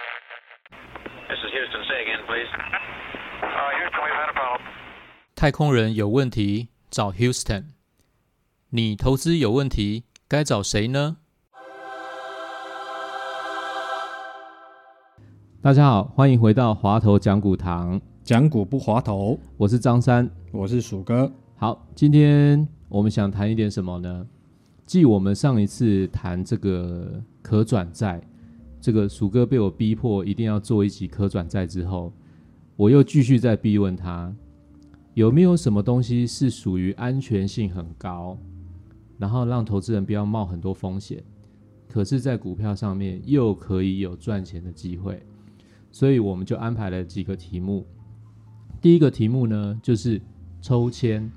This is Houston. Say again, please. Uh, Houston, we've had a problem. 太空人有问题找 Houston，你投资有问题该找谁呢？大家好，欢迎回到华头讲股堂，讲股不滑头，我是张三。我是鼠哥。好，今天我们想谈一点什么呢？继我们上一次谈这个可转债，这个鼠哥被我逼迫一定要做一集可转债之后，我又继续在逼问他，有没有什么东西是属于安全性很高，然后让投资人不要冒很多风险，可是，在股票上面又可以有赚钱的机会，所以我们就安排了几个题目。第一个题目呢，就是抽签，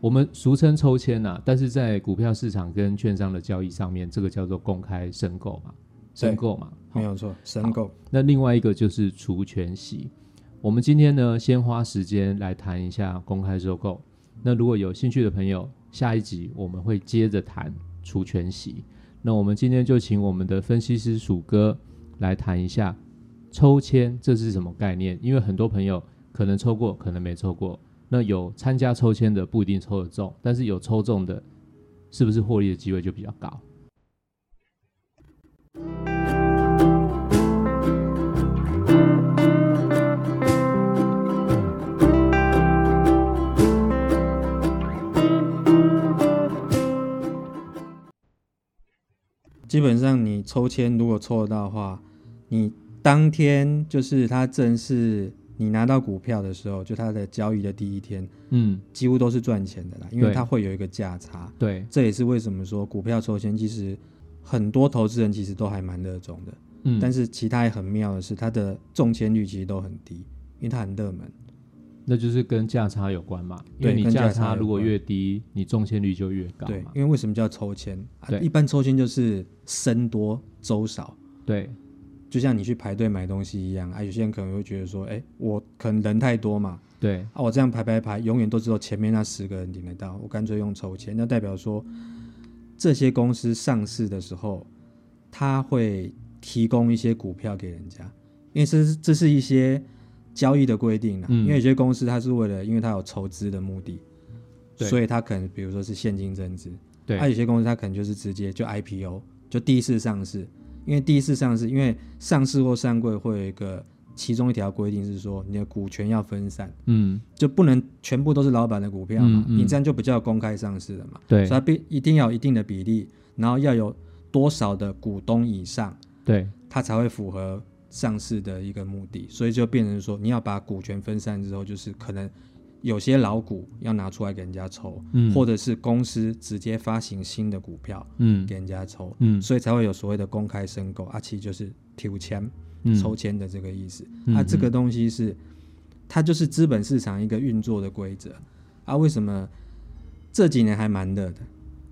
我们俗称抽签呐、但是在股票市场跟券商的交易上面，这个叫做公开申购嘛，申对购嘛，没有错，申购那另外一个就是除权息。我们今天呢，先花时间来谈一下公开收购。那如果有兴趣的朋友，下一集我们会接着谈除权息。那我们今天就请我们的分析师鼠哥来谈一下抽签这是什么概念，因为很多朋友可能抽过，可能没抽过。那有参加抽签的不一定抽得中，但是有抽中的，是不是获利的机会就比较高？基本上你抽签如果抽得到的话，你当天就是它正式你拿到股票的时候，就它的交易的第一天，嗯，几乎都是赚钱的啦，因对为它会有一个价差。对，这也是为什么说股票抽签其实很多投资人其实都还蛮热衷的，嗯，但是其他也很妙的是，它的中签率其实都很低，因为它很热门。那就是跟价差有关嘛，因为对你跟价价差差有如果关越低，你中签率就越高对嘛，。因为为什么叫抽签？啊对、一般抽签就是僧多粥少。对就像你去排队买东西一样，啊，有些人可能会觉得说，哎、我可能人太多嘛，对啊，我这样排排排，永远都只有前面那十个人领得到，我干脆用抽签，那代表说这些公司上市的时候，它会提供一些股票给人家，因为这是这是一些交易的规定啦，嗯因为有些公司它是为了，因为它有筹资的目的，对所以它可能比如说是现金增资，对啊，有些公司它可能就是直接就 IPO，就第一次上市，因为第一次上市，因为上市或上柜会有一个其中一条规定是说你的股权要分散，嗯，就不能全部都是老板的股票嘛，嗯嗯你这样就比较公开上市了嘛，对所以它必一定要有一定的比例，然后要有多少的股东以上，对它才会符合上市的一个目的，所以就变成说你要把股权分散之后，就是可能。有些老股要拿出来给人家抽，嗯或者是公司直接发行新的股票，嗯给人家抽，嗯所以才会有所谓的公开申购啊，其实就是抽签、嗯抽签的这个意思。嗯啊，嗯这个东西是它就是资本市场一个运作的规则啊。为什么这几年还蛮热的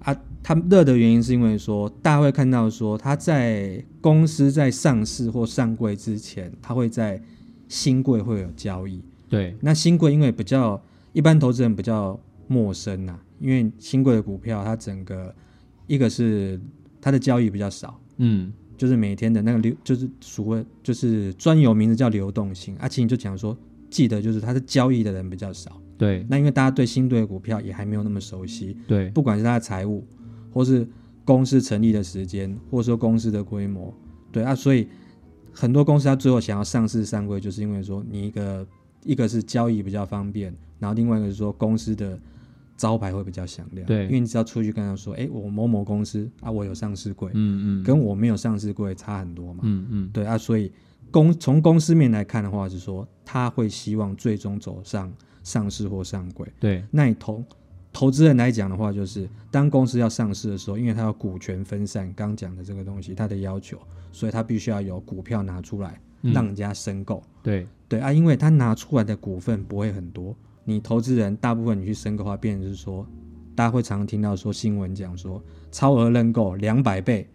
啊？它热的原因是因为说大家会看到说它在公司在上市或上柜之前，它会在新柜会有交易。对那新贵因为比较一般投资人比较陌生呐、因为新贵的股票它整个一个是它的交易比较少，嗯就是每天的那个流就是所谓就是专有名字叫流动性啊，其实你就讲说记得就是它是交易的人比较少，对那因为大家对新贵的股票也还没有那么熟悉，对不管是它的财务，或是公司成立的时间，或者说公司的规模，对啊，所以很多公司它最后想要上市上柜，就是因为说你一个一个是交易比较方便，然后另外一个是说公司的招牌会比较响亮，对因为你只要出去跟他说，哎，我某某公司啊，我有上市柜，嗯嗯跟我没有上市柜差很多嘛，嗯嗯对啊，所以公从公司面来看的话，是说他会希望最终走上上市或上柜。对那你投投资人来讲的话，就是当公司要上市的时候，因为它有股权分散，刚讲的这个东西，它的要求，所以它必须要有股票拿出来嗯让人家申购。对对啊，因为它拿出来的股份不会很多，你投资人大部分你去申购的话，变成是说，大家会常听到说新闻讲说超额认购两百倍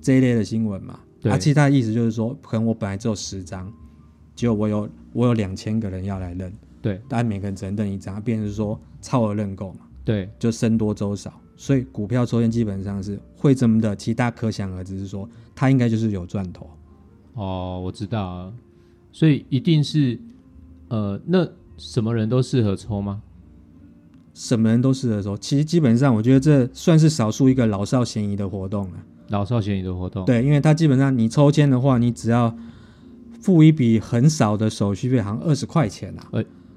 这一类的新闻嘛。对啊，其实它的意思就是说，可能我本来只有十张，结果我有我有两千个人要来认。对但每个人只能认一张，变成是说超额认购嘛，对就僧多粥少，所以股票抽签基本上是会这么的，其实大家可想而知是说它应该就是有赚头。哦，我知道啊，所以一定是呃，那什么人都适合抽吗？什么人都适合抽，其实基本上我觉得这算是少数一个老少咸宜的活动了、老少咸宜的活动，对，因为它基本上你抽签的话，你只要付一笔很少的手续费，好像二十块钱啊。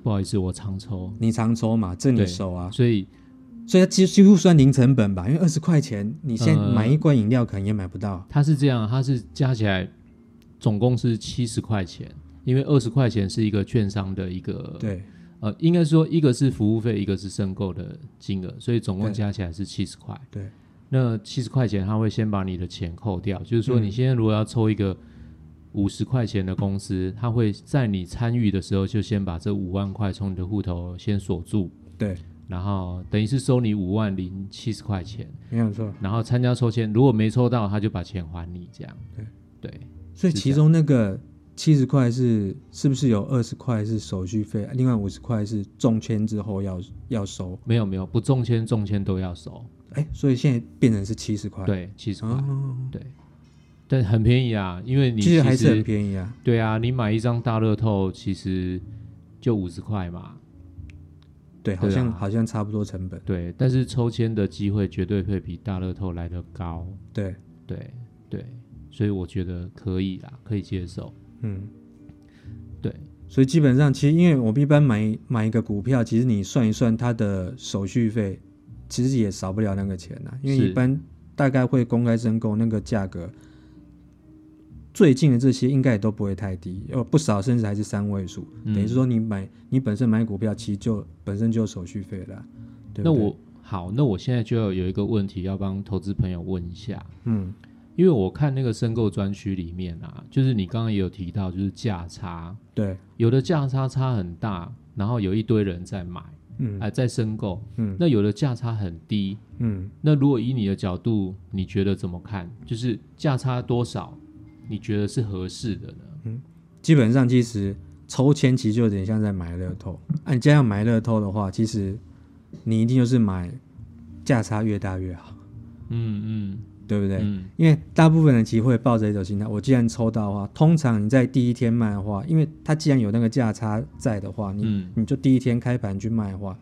不好意思，我常抽，你常抽嘛，挣你对手啊，所以所以它几几乎算零成本吧，因为二十块钱，你现在呃买一罐饮料可能也买不到。它是这样，它是加起来总共是七十块钱，因为二十块钱是一个券商的一个，对呃，应该说一个是服务费，一个是申购的金额，所以总共对加起来是七十块。对，那七十块钱他会先把你的钱扣掉，就是说嗯你现在如果要抽一个五十块钱的公司，他会在你参与的时候就先把这五万块从你的户头先锁住，对，然后等于是收你五万零七十块钱，没有错。然后参加抽签，如果没抽到，他就把钱还你这样。对所以是这其样中那个七十块是是不是有二十块是手续费，另外五十块是中签之后要要收？没有没有，不中签中签都要收，哎，所以现在变成是七十块。，对，七十块，哦，对，但很便宜啊，因为你其其实还是很实便宜啊。对啊，你买一张大乐透其实就五十块嘛，对，好对啊像好像差不多成本。对，但是抽签的机会绝对会比大乐透来得高，对，对对，所以我觉得可以啦，可以接受，嗯，对，所以基本上，其实因为我们一般买买一个股票，其实你算一算它的手续费，其实也少不了那个钱呐、因为是一般大概会公开申购那个价格，最近的这些应该也都不会太低，有不少甚至还是三位数。嗯等于是说你买你本身买股票，其实就本身就有手续费了啊、对不对那我好，那我现在就要有一个问题要帮投资朋友问一下，嗯因为我看那个申购专区里面啊，就是你刚刚也有提到，就是价差，对有的价差差很大，然后有一堆人在买，嗯哎、在申购，嗯那有的价差很低，嗯那如果以你的角度，你觉得怎么看？就是价差多少，你觉得是合适的呢？嗯基本上其实抽签其实就有点像在买乐透。啊按、你这样买乐透的话，其实你一定就是买价差越大越好，嗯对不嗯对？嗯，因为大部分人其实会抱着一种心态，我既然抽到的话，通常你在第一天卖的话，因为它既然有那个价差在的话，你、嗯你就第一天开盘去卖的话，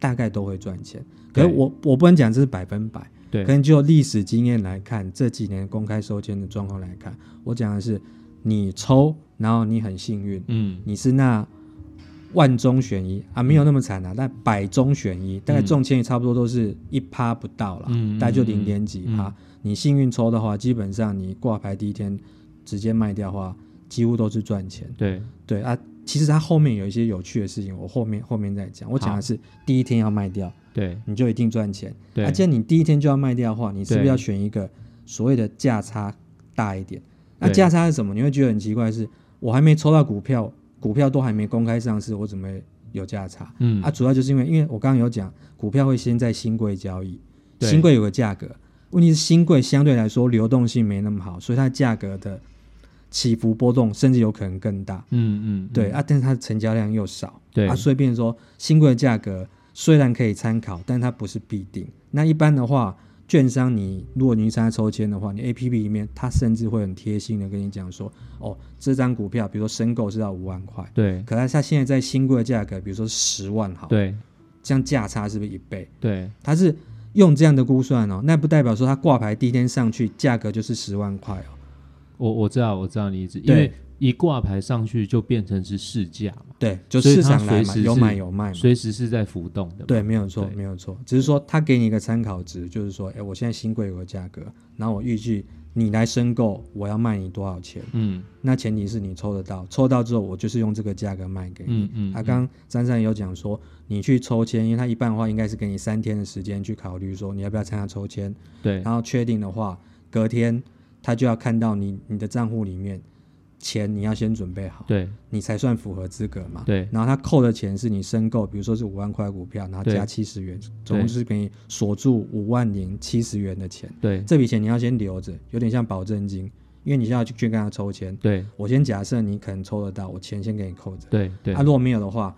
大概都会赚钱。可是对我我不能讲这是百分百，嗯对可，能就历史经验来看，这几年公开收签的状况来看，我讲的是你抽，然后你很幸运，嗯你是那万中选一啊，没有那么惨嗯啊，但百中选一，大概中签也差不多都是一趴不到啦，嗯嗯大概就嗯零点几趴。嗯你幸运抽的话，基本上你挂牌第一天直接卖掉的话，几乎都是赚钱。对，对啊，其实它后面有一些有趣的事情，我后面后面再讲。我讲的是第一天要卖掉，对你就一定赚钱。对，啊，既然你第一天就要卖掉的话，你是不是对要选一个所谓的价差大一点？那对价差是什么？你会觉得很奇怪是，我还没抽到股票，股票都还没公开上市，我怎么会有价差？嗯啊，主要就是因为，因为我刚刚有讲，股票会先在新贵交易，对新贵有个价格，问题是新贵相对来说流动性没那么好，所以它的价格的起伏波动甚至有可能更大。嗯嗯，对、嗯啊，但是它的成交量又少，对啊，所以变成说新贵的价格虽然可以参考，但它不是必定。那一般的话，券商你如果你去参加抽签的话，你 A P P 里面它甚至会很贴心的跟你讲说，哦，这张股票比如说申购是要五万块，对可是它现在在新贵的价格，比如说十万好，，对这样价差是不是一倍？对它是用这样的估算哦，那不代表说它挂牌第一天上去价格就是十万块哦，我我知道我知道你意思，因对为一挂牌上去就变成是市价嘛，对，就所以市它场来随嘛，时有是买有卖嘛。随时是在浮动的嘛。哎对，没有错，对没有错，只是说他给你一个参考值，就是说，哎，我现在新贵有个价格，然后我预计你来申购，我要卖你多少钱？嗯那前提是你抽得到，抽到之后我就是用这个价格卖给你。嗯嗯，他、啊、嗯刚刚珊珊有讲说，你去抽签，因为他一半的话应该是给你三天的时间去考虑说你要不要参加抽签，对然后确定的话，隔天他就要看到你你的账户里面钱，你要先准备好。对你才算符合资格嘛。对然后他扣的钱是你申购，比如说是五万块股票，然后对加七十元，总共对就是给你锁住五万零七十元的钱。对这笔钱你要先留着，有点像保证金，因为你现在要去去跟他抽签。对我先假设你可能抽得到，我钱先给你扣着。对对啊，，如果没有的话，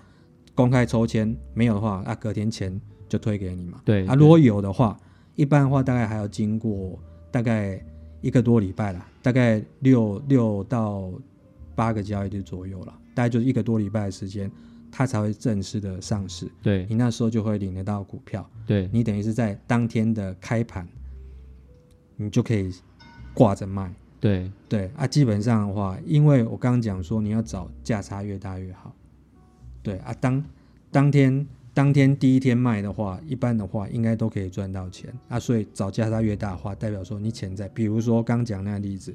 公开抽签没有的话，啊，隔天钱就推给你嘛。对啊，如果有的话，一般的话大概还要经过大概一个多礼拜啦，大概六六到八个交易日左右了，大概就是一个多礼拜的时间，它才会正式的上市。对你那时候就会领得到股票，对你等于是在当天的开盘，你就可以挂着卖。对对啊，基本上的话，因为我刚刚讲说你要找价差越大越好。对啊，当当天当天第一天卖的话，一般的话应该都可以赚到钱啊，所以找价差越大的话，代表说你潜在，比如说刚刚讲那个例子，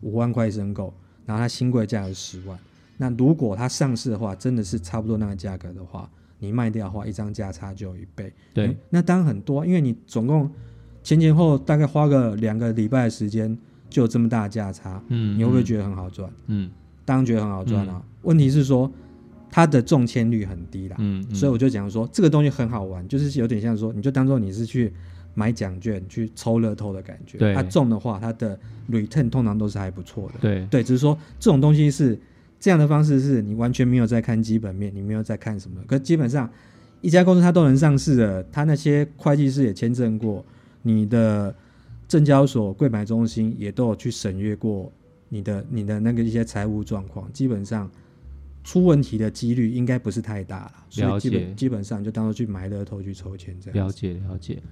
五万块申购，然后它新贵价是十万，那如果它上市的话，真的是差不多那个价格的话，你卖掉的话，一张价差就有一倍。对嗯，那当然很多，因为你总共前前后后大概花个两个礼拜的时间，就有这么大的价差，嗯，你会不会嗯觉得很好赚？嗯当然觉得很好赚啊。问题是说它的中签率很低啦，嗯，嗯所以我就讲说这个东西很好玩，就是有点像说你就当做你是去买奖券去抽乐透的感觉。对它中的话，它的 return 通常都是还不错的。对对，只是说这种东西是这样的方式，是你完全没有在看基本面，你没有在看什么的。可基本上一家公司它都能上市的，它那些会计师也签证过，你的证交所、柜买中心也都有去审阅过你的你的那个一些财务状况，基本上。出问题的几率应该不是太大了，所了以基解本基本上就当做去买乐透去抽签这样了子。解了解。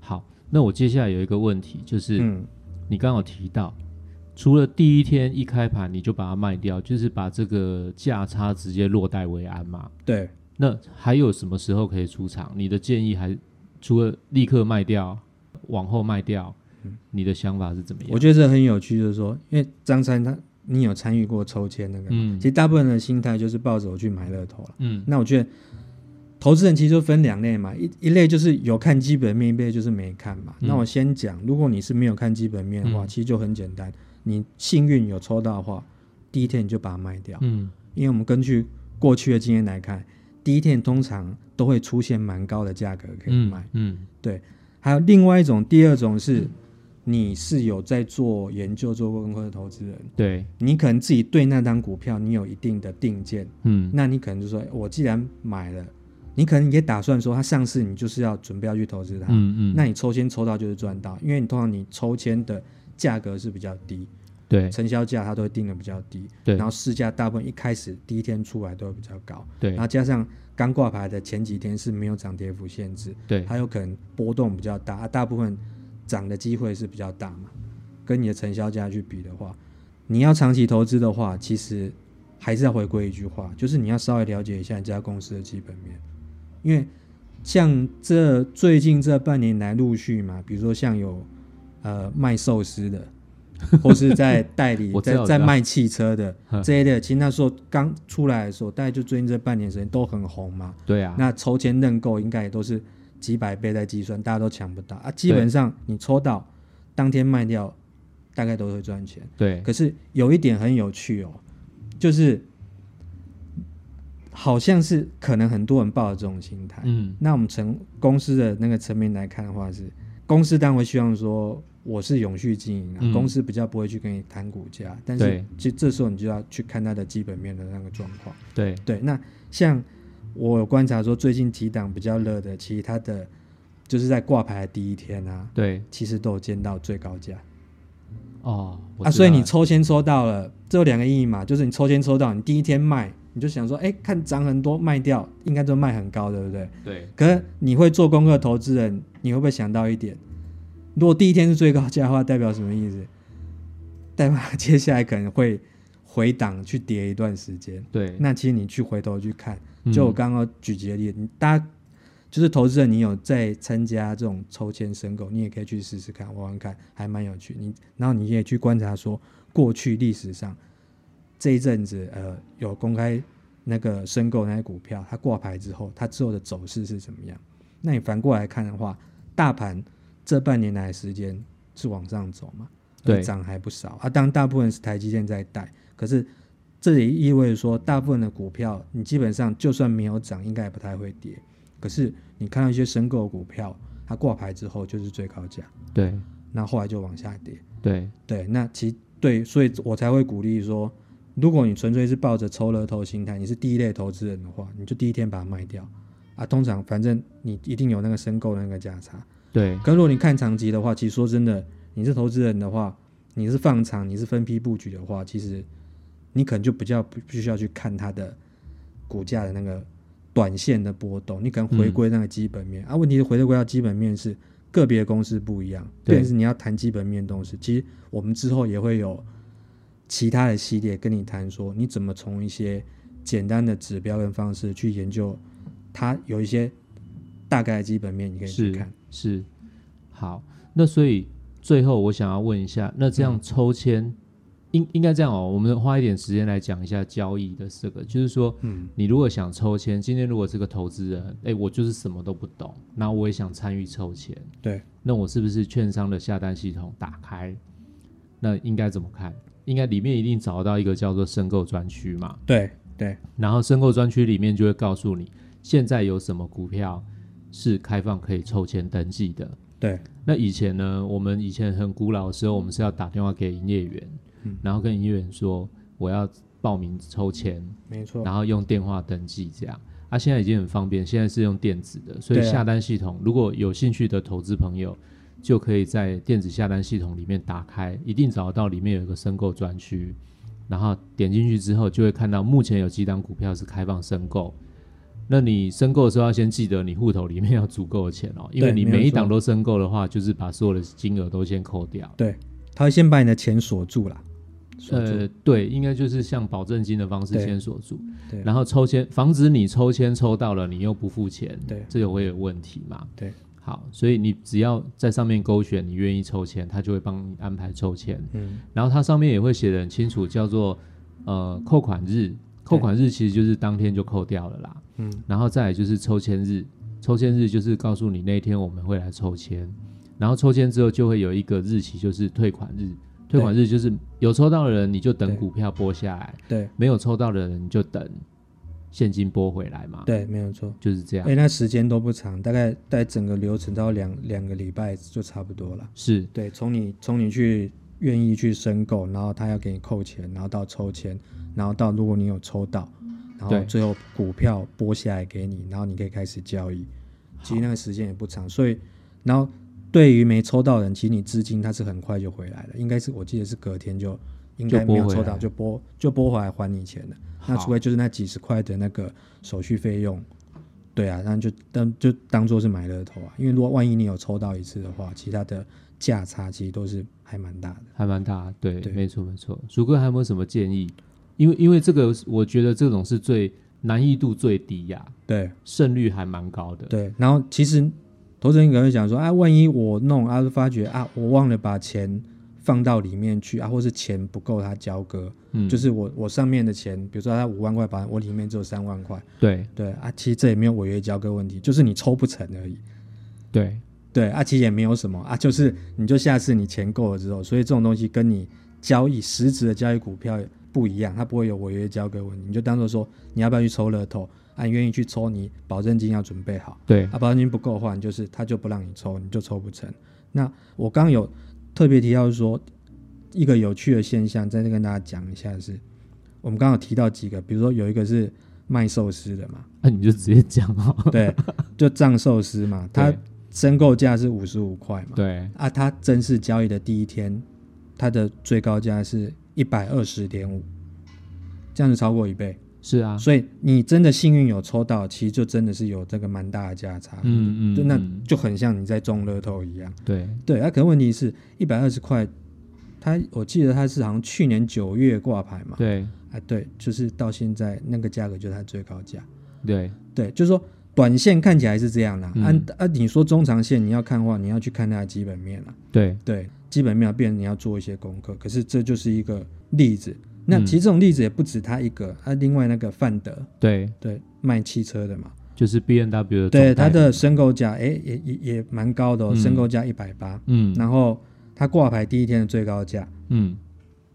好，那我接下来有一个问题，就是、嗯，你刚好提到，除了第一天一开盘你就把它卖掉，就是把这个价差直接落袋为安嘛？对，那还有什么时候可以出场？你的建议还除了立刻卖掉，往后卖掉，你的想法是怎么样？我觉得这很有趣，就是说，因为张三他你有参与过抽签那个，嗯其实大部分人的心态就是抱着我去买乐透了。嗯那我觉得投资人其实就分两类嘛，一一类就是有看基本面，一类就是没看嘛。嗯那我先讲，如果你是没有看基本面的话，嗯其实就很简单，你幸运有抽到的话，第一天你就把它卖掉，嗯因为我们根据过去的经验来看，第一天通常都会出现蛮高的价格可以嗯买。嗯还有另外一种，第二种是。你是有在做研究、做过功课的投资人，对你可能自己对那张股票你有一定的定见，嗯那你可能就说，哎我既然买了，你可能也打算说它上市，你就是要准备要去投资它。嗯嗯那你抽签抽到就是赚到，因为你通常你抽签的价格是比较低，对成交价它都会定的比较低，对然后市价大部分一开始第一天出来都会比较高，对然后加上刚挂牌的前几天是没有涨跌幅限制，对它有可能波动比较大，啊、大部分涨的机会是比较大嘛。跟你的承销价去比的话，你要长期投资的话，其实还是要回归一句话，就是你要稍微了解一下你这家公司的基本面，因为像这最近这半年来陆续嘛，比如说像有呃卖寿司的，或是在代理 我知道在我知在道卖汽车的 嗯这一类的，其实那时候刚出来的时候，大概就最近这半年时间都很红嘛。对啊，那筹钱认购应该也都是几百倍在计算，大家都抢不到啊。基本上你抽到当天卖掉，大概都会赚钱。对可是有一点很有趣哦，就是好像是可能很多人抱着这种心态。嗯那我们从公司的那个层面来看的话是，公司当然会希望说我是永续经营啊，嗯公司比较不会去跟你谈股价，但对是其实这时候你就要去看它的基本面的那个状况。对对，那像我有观察说，最近几档比较热的，其实它的就是在挂牌的第一天啊，对其实都有见到最高价哦我啊。知所以道你了抽签抽到了，这有两个意义嘛，就是你抽签抽到，你第一天卖，你就想说，哎，看涨很多卖掉，应该就卖很高，对不对？对可是你会做功课的投资人，你会不会想到一点？如果第一天是最高价的话，代表什么意思？代表接下来可能会回档去跌一段时间。对那其实你去回头去看，嗯就我刚刚举几个例子，你大家就是投资人，你有在参加这种抽签申购，你也可以去试试看，玩玩看，还蛮有趣。你然后你也去观察说，过去历史上这一阵子呃有公开那个申购那些股票，它挂牌之后，它之后的走势是怎么样？那你反过来看的话，大盘这半年来的时间是往上走嘛？对而涨还不少啊。当然，大部分是台积电在带，可是这也意味着说，大部分的股票你基本上就算没有涨，应该也不太会跌。可是你看到一些申购股票，它挂牌之后就是最高价，对那后来就往下跌。对对，那其实对，所以我才会鼓励说，如果你纯粹是抱着抽乐透心态，你是第一类投资人的话，你就第一天把它卖掉啊。通常反正你一定有那个申购的那个价差。对可如果你看长期的话，其实说真的，你是投资人的话，你是放长，你是分批布局的话，其实你可能就比较不不需要去看它的股价的那个短线的波动，你可能回归那个基本嗯面、啊。问题是回归到基本面是个别公司不一样，对但是你要谈基本面的东西，其实我们之后也会有其他的系列跟你谈说，你怎么从一些简单的指标跟方式去研究它有一些大概的基本面，你可以去是看。是好。那所以最后我想要问一下，那这样抽签、应应该这样哦，我们花一点时间来讲一下交易的这个，就是说嗯。你如果想抽签，今天如果是个投资人，哎，我就是什么都不懂，那我也想参与抽签，对，那我是不是券商的下单系统打开？那应该怎么看？应该里面一定找到一个叫做申购专区嘛，对对然后申购专区里面就会告诉你现在有什么股票是开放可以抽签登记的。对那以前呢，我们以前很古老的时候，我们是要打电话给营业员，嗯然后跟营业员说我要报名抽签，没错。然后用电话登记这样。啊，现在已经很方便，现在是用电子的，所以对啊下单系统、如果有兴趣的投资朋友，就可以在电子下单系统里面打开，一定找得到里面有一个申购专区，然后点进去之后就会看到目前有几档股票是开放申购。那你申购的时候要先记得你户头里面要足够的钱哦，因为对你没有每一档错都申购的话，就是把所有的金额都先扣掉。对，他会先把你的钱锁住啦，锁住。呃，对，应该就是像保证金的方式对先锁住，对然后抽签，防止你抽签抽到了，你又不付钱，对这个会有问题嘛？对，好，所以你只要在上面勾选你愿意抽签，他就会帮你安排抽签，嗯，然后它上面也会写的很清楚，叫做呃扣款日，扣款日其实就是当天就扣掉了啦，嗯，然后再来就是抽签日，抽签日就是告诉你那一天我们会来抽签，然后抽签之后就会有一个日期，就是退款日。退款日就是有抽到的人你就等对股票拨下来，对没有抽到的人你就等现金拨回来嘛，对，没有错。就是这样。哎，那时间都不长，大概在整个流程到两两个礼拜就差不多了。是对，从你从你去愿意去申购，然后他要给你扣钱，然后到抽签，然后到如果你有抽到，然后对最后股票拨下来给你，然后你可以开始交易。其实那个时间也不长，所以然后对于没抽到的人，其实你资金它是很快就回来了，应该是我记得是隔天就应该就拨没有回抽来到了就拨就拨回来还你钱的。那好除非就是那几十块的那个手续费用，对啊，那就当就当做是买乐透啊，因为如果万一你有抽到一次的话，其他的价差其实都是还蛮大的。还蛮大，对，对没错没错。鼠哥还有没有什么建议？因为因为这个，我觉得这种是最难易度最低呀、对胜率还蛮高的。对，然后其实投资人可能会想说，啊，万一我弄啊，就发觉啊，我忘了把钱放到里面去啊，或是钱不够他交割，嗯，就是我我上面的钱，比如说他五万块吧，我里面只有三万块，对对啊，其实这也没有违约交割问题，就是你抽不成而已。对对啊，其实也没有什么啊，就是你就下次你钱够了之后，所以这种东西跟你交易实质的交易股票不一样，它不会有违约交割问题。你就当做说你要不要去抽乐透啊，你愿意去抽，你保证金要准备好对 啊，保证金不够的话，你就是他就不让你抽，你就抽不成。那我刚有特别提到说一个有趣的现象，在这跟大家讲一下是，我们刚刚有提到几个，比如说有一个是卖寿司的嘛，那、你就直接讲 哦。对，就藏寿司嘛，它对申购价是五十五块嘛，对啊，它正式交易的第一天，它的最高价是一百二十点五，这样子超过一倍，是啊，所以你真的幸运有抽到，其实就真的是有这个蛮大的价差，嗯嗯，就那嗯就很像你在中乐透一样。 对对，啊，可问题是，一百二十块，它我记得它是好像去年九月挂牌嘛，对啊，对，就是到现在那个价格就是它最高价，对对，就是说短线看起来是这样啦，嗯按啊你说中长线你要看的话，你要去看它的基本面啦。对对，基本面变成你要做一些功课。可是这就是一个例子。那嗯其实这种例子也不止他一个，他、另外那个范德，对，对，卖汽车的嘛，就是 B N W 的对，总代他理的申购价，哎、也也也蛮高的哦，嗯申购价一百八，嗯然后他挂牌第一天的最高价嗯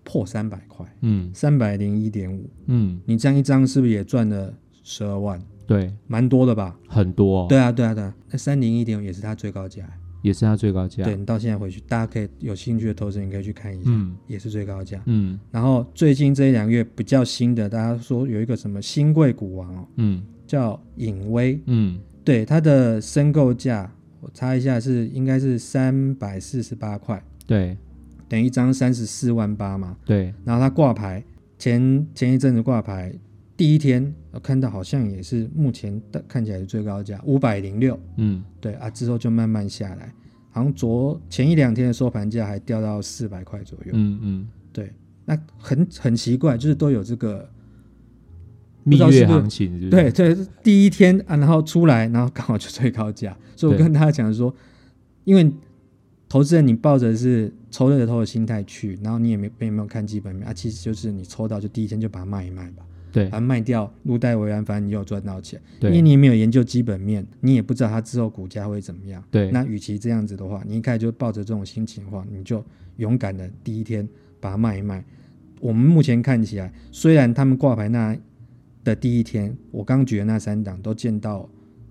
破三百块，嗯三百零一点五，嗯，你这样一张是不是也赚了十二万？对，蛮多的吧？很多、哦，对啊，对啊，对啊，那三零一点也是它最高价。也是它最高价。对，你到现在回去，大家可以有兴趣的投资人可以去看一下，嗯也是最高价。嗯然后最近这一两个月比较新的，大家说有一个什么新贵股王哦，嗯叫影威，嗯，对它的申购价，我查一下是应该是三百四十八块，对等于一张三十四万八嘛。对，然后它挂牌前前一阵子挂牌第一天，我看到好像也是目前的看起来是最高价五百零六，嗯对啊，之后就慢慢下来，好像昨前一两天的收盘价还掉到四百块左右。嗯嗯，对，那很很奇怪，就是都有这个，蜜知道月是不是行情是不对是？对，第一天啊，然后出来，然后刚好就最高价，所以我对跟大家讲说，因为投资人你抱着是抽乐透的心态去，然后你也没并没有看基本面啊，其实就是你抽到就第一天就把它卖一卖吧，对把它卖掉，入袋为安，反正你有赚到钱，啊因为对你也没有研究基本面，你也不知道它之后股价会怎么样。对那与其这样子的话，你一开始就抱着这种心情的话，你就勇敢的第一天把它卖一卖。我们目前看起来，虽然他们挂牌那的第一天，我刚举的那三档都见到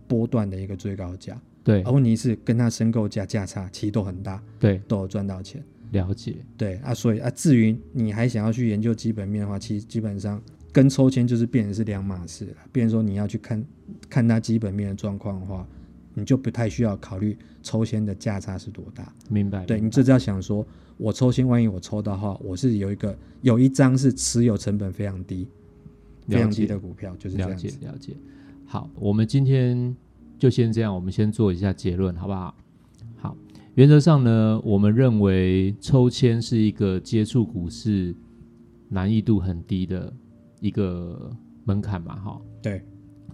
波段的一个最高价，对而问题是跟它申购价价差其实都很大，对，都有赚到钱。了解。对啊，所以啊，至于你还想要去研究基本面的话，其实基本上跟抽签就是变成是两码事了。变成说你要去看看它基本面的状况的话，你就不太需要考虑抽签的价差是多大。明白，对明你白就只要想说，我抽签，万一我抽到的话，我是有一个有一张是持有成本非常低、非了常解低的股票，就是这了样解子。了解。好，我们今天就先这样，我们先做一下结论，好不好？好，原则上呢，我们认为抽签是一个接触股市难易度很低的一个门槛嘛，哈，对，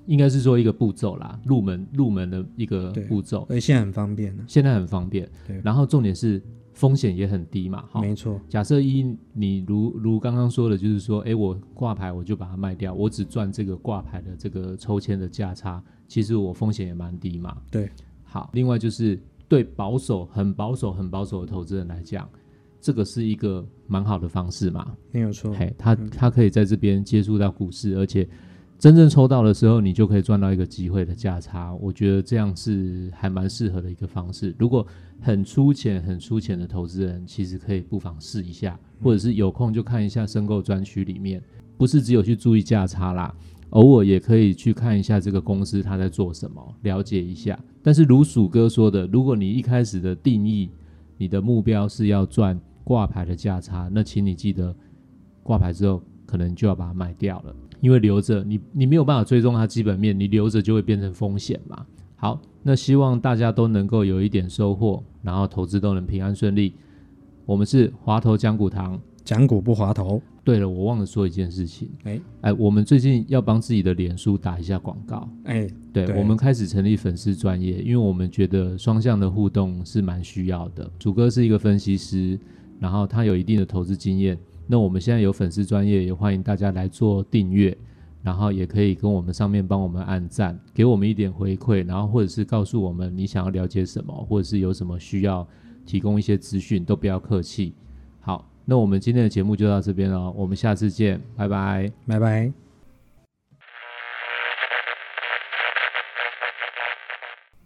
应该是说一个步骤啦，入门入门的一个对步骤而，且现在很方便呢、现在很方便对，然后重点是风险也很低嘛，哈，没错，假设一，你如如刚刚说的，就是说，诶，我挂牌我就把它卖掉，我只赚这个挂牌的这个抽签的价差，其实我风险也蛮低嘛。对，好，另外就是对保守、很保守、很保守的投资人来讲，这个是一个蛮好的方式嘛。没有错，嘿，他他可以在这边接触到股市，而且真正抽到的时候，你就可以赚到一个机会的价差。我觉得这样是还蛮适合的一个方式。如果很粗浅、很粗浅的投资人，其实可以不妨试一下，或者是有空就看一下申购专区里面，不是只有去注意价差啦。偶尔也可以去看一下这个公司它在做什么，了解一下。但是如鼠哥说的，如果你一开始的定义，你的目标是要赚挂牌的价差，那请你记得挂牌之后，可能就要把它卖掉了，因为留着你你没有办法追踪它基本面，你留着就会变成风险嘛。好，那希望大家都能够有一点收获，然后投资都能平安顺利。我们是华头讲股堂。讲股不滑头，对了，我忘了说一件事情，哎哎，我们最近要帮自己的脸书打一下广告。哎，对，对我们开始成立粉丝专业，因为我们觉得双向的互动是蛮需要的。主哥是一个分析师，然后他有一定的投资经验。那我们现在有粉丝专业，也欢迎大家来做订阅，然后也可以跟我们上面帮我们按赞，给我们一点回馈，然后或者是告诉我们你想要了解什么，或者是有什么需要提供一些资讯，都不要客气。好，那我们今天的节目就到这边了，我们下次见，拜拜。拜拜。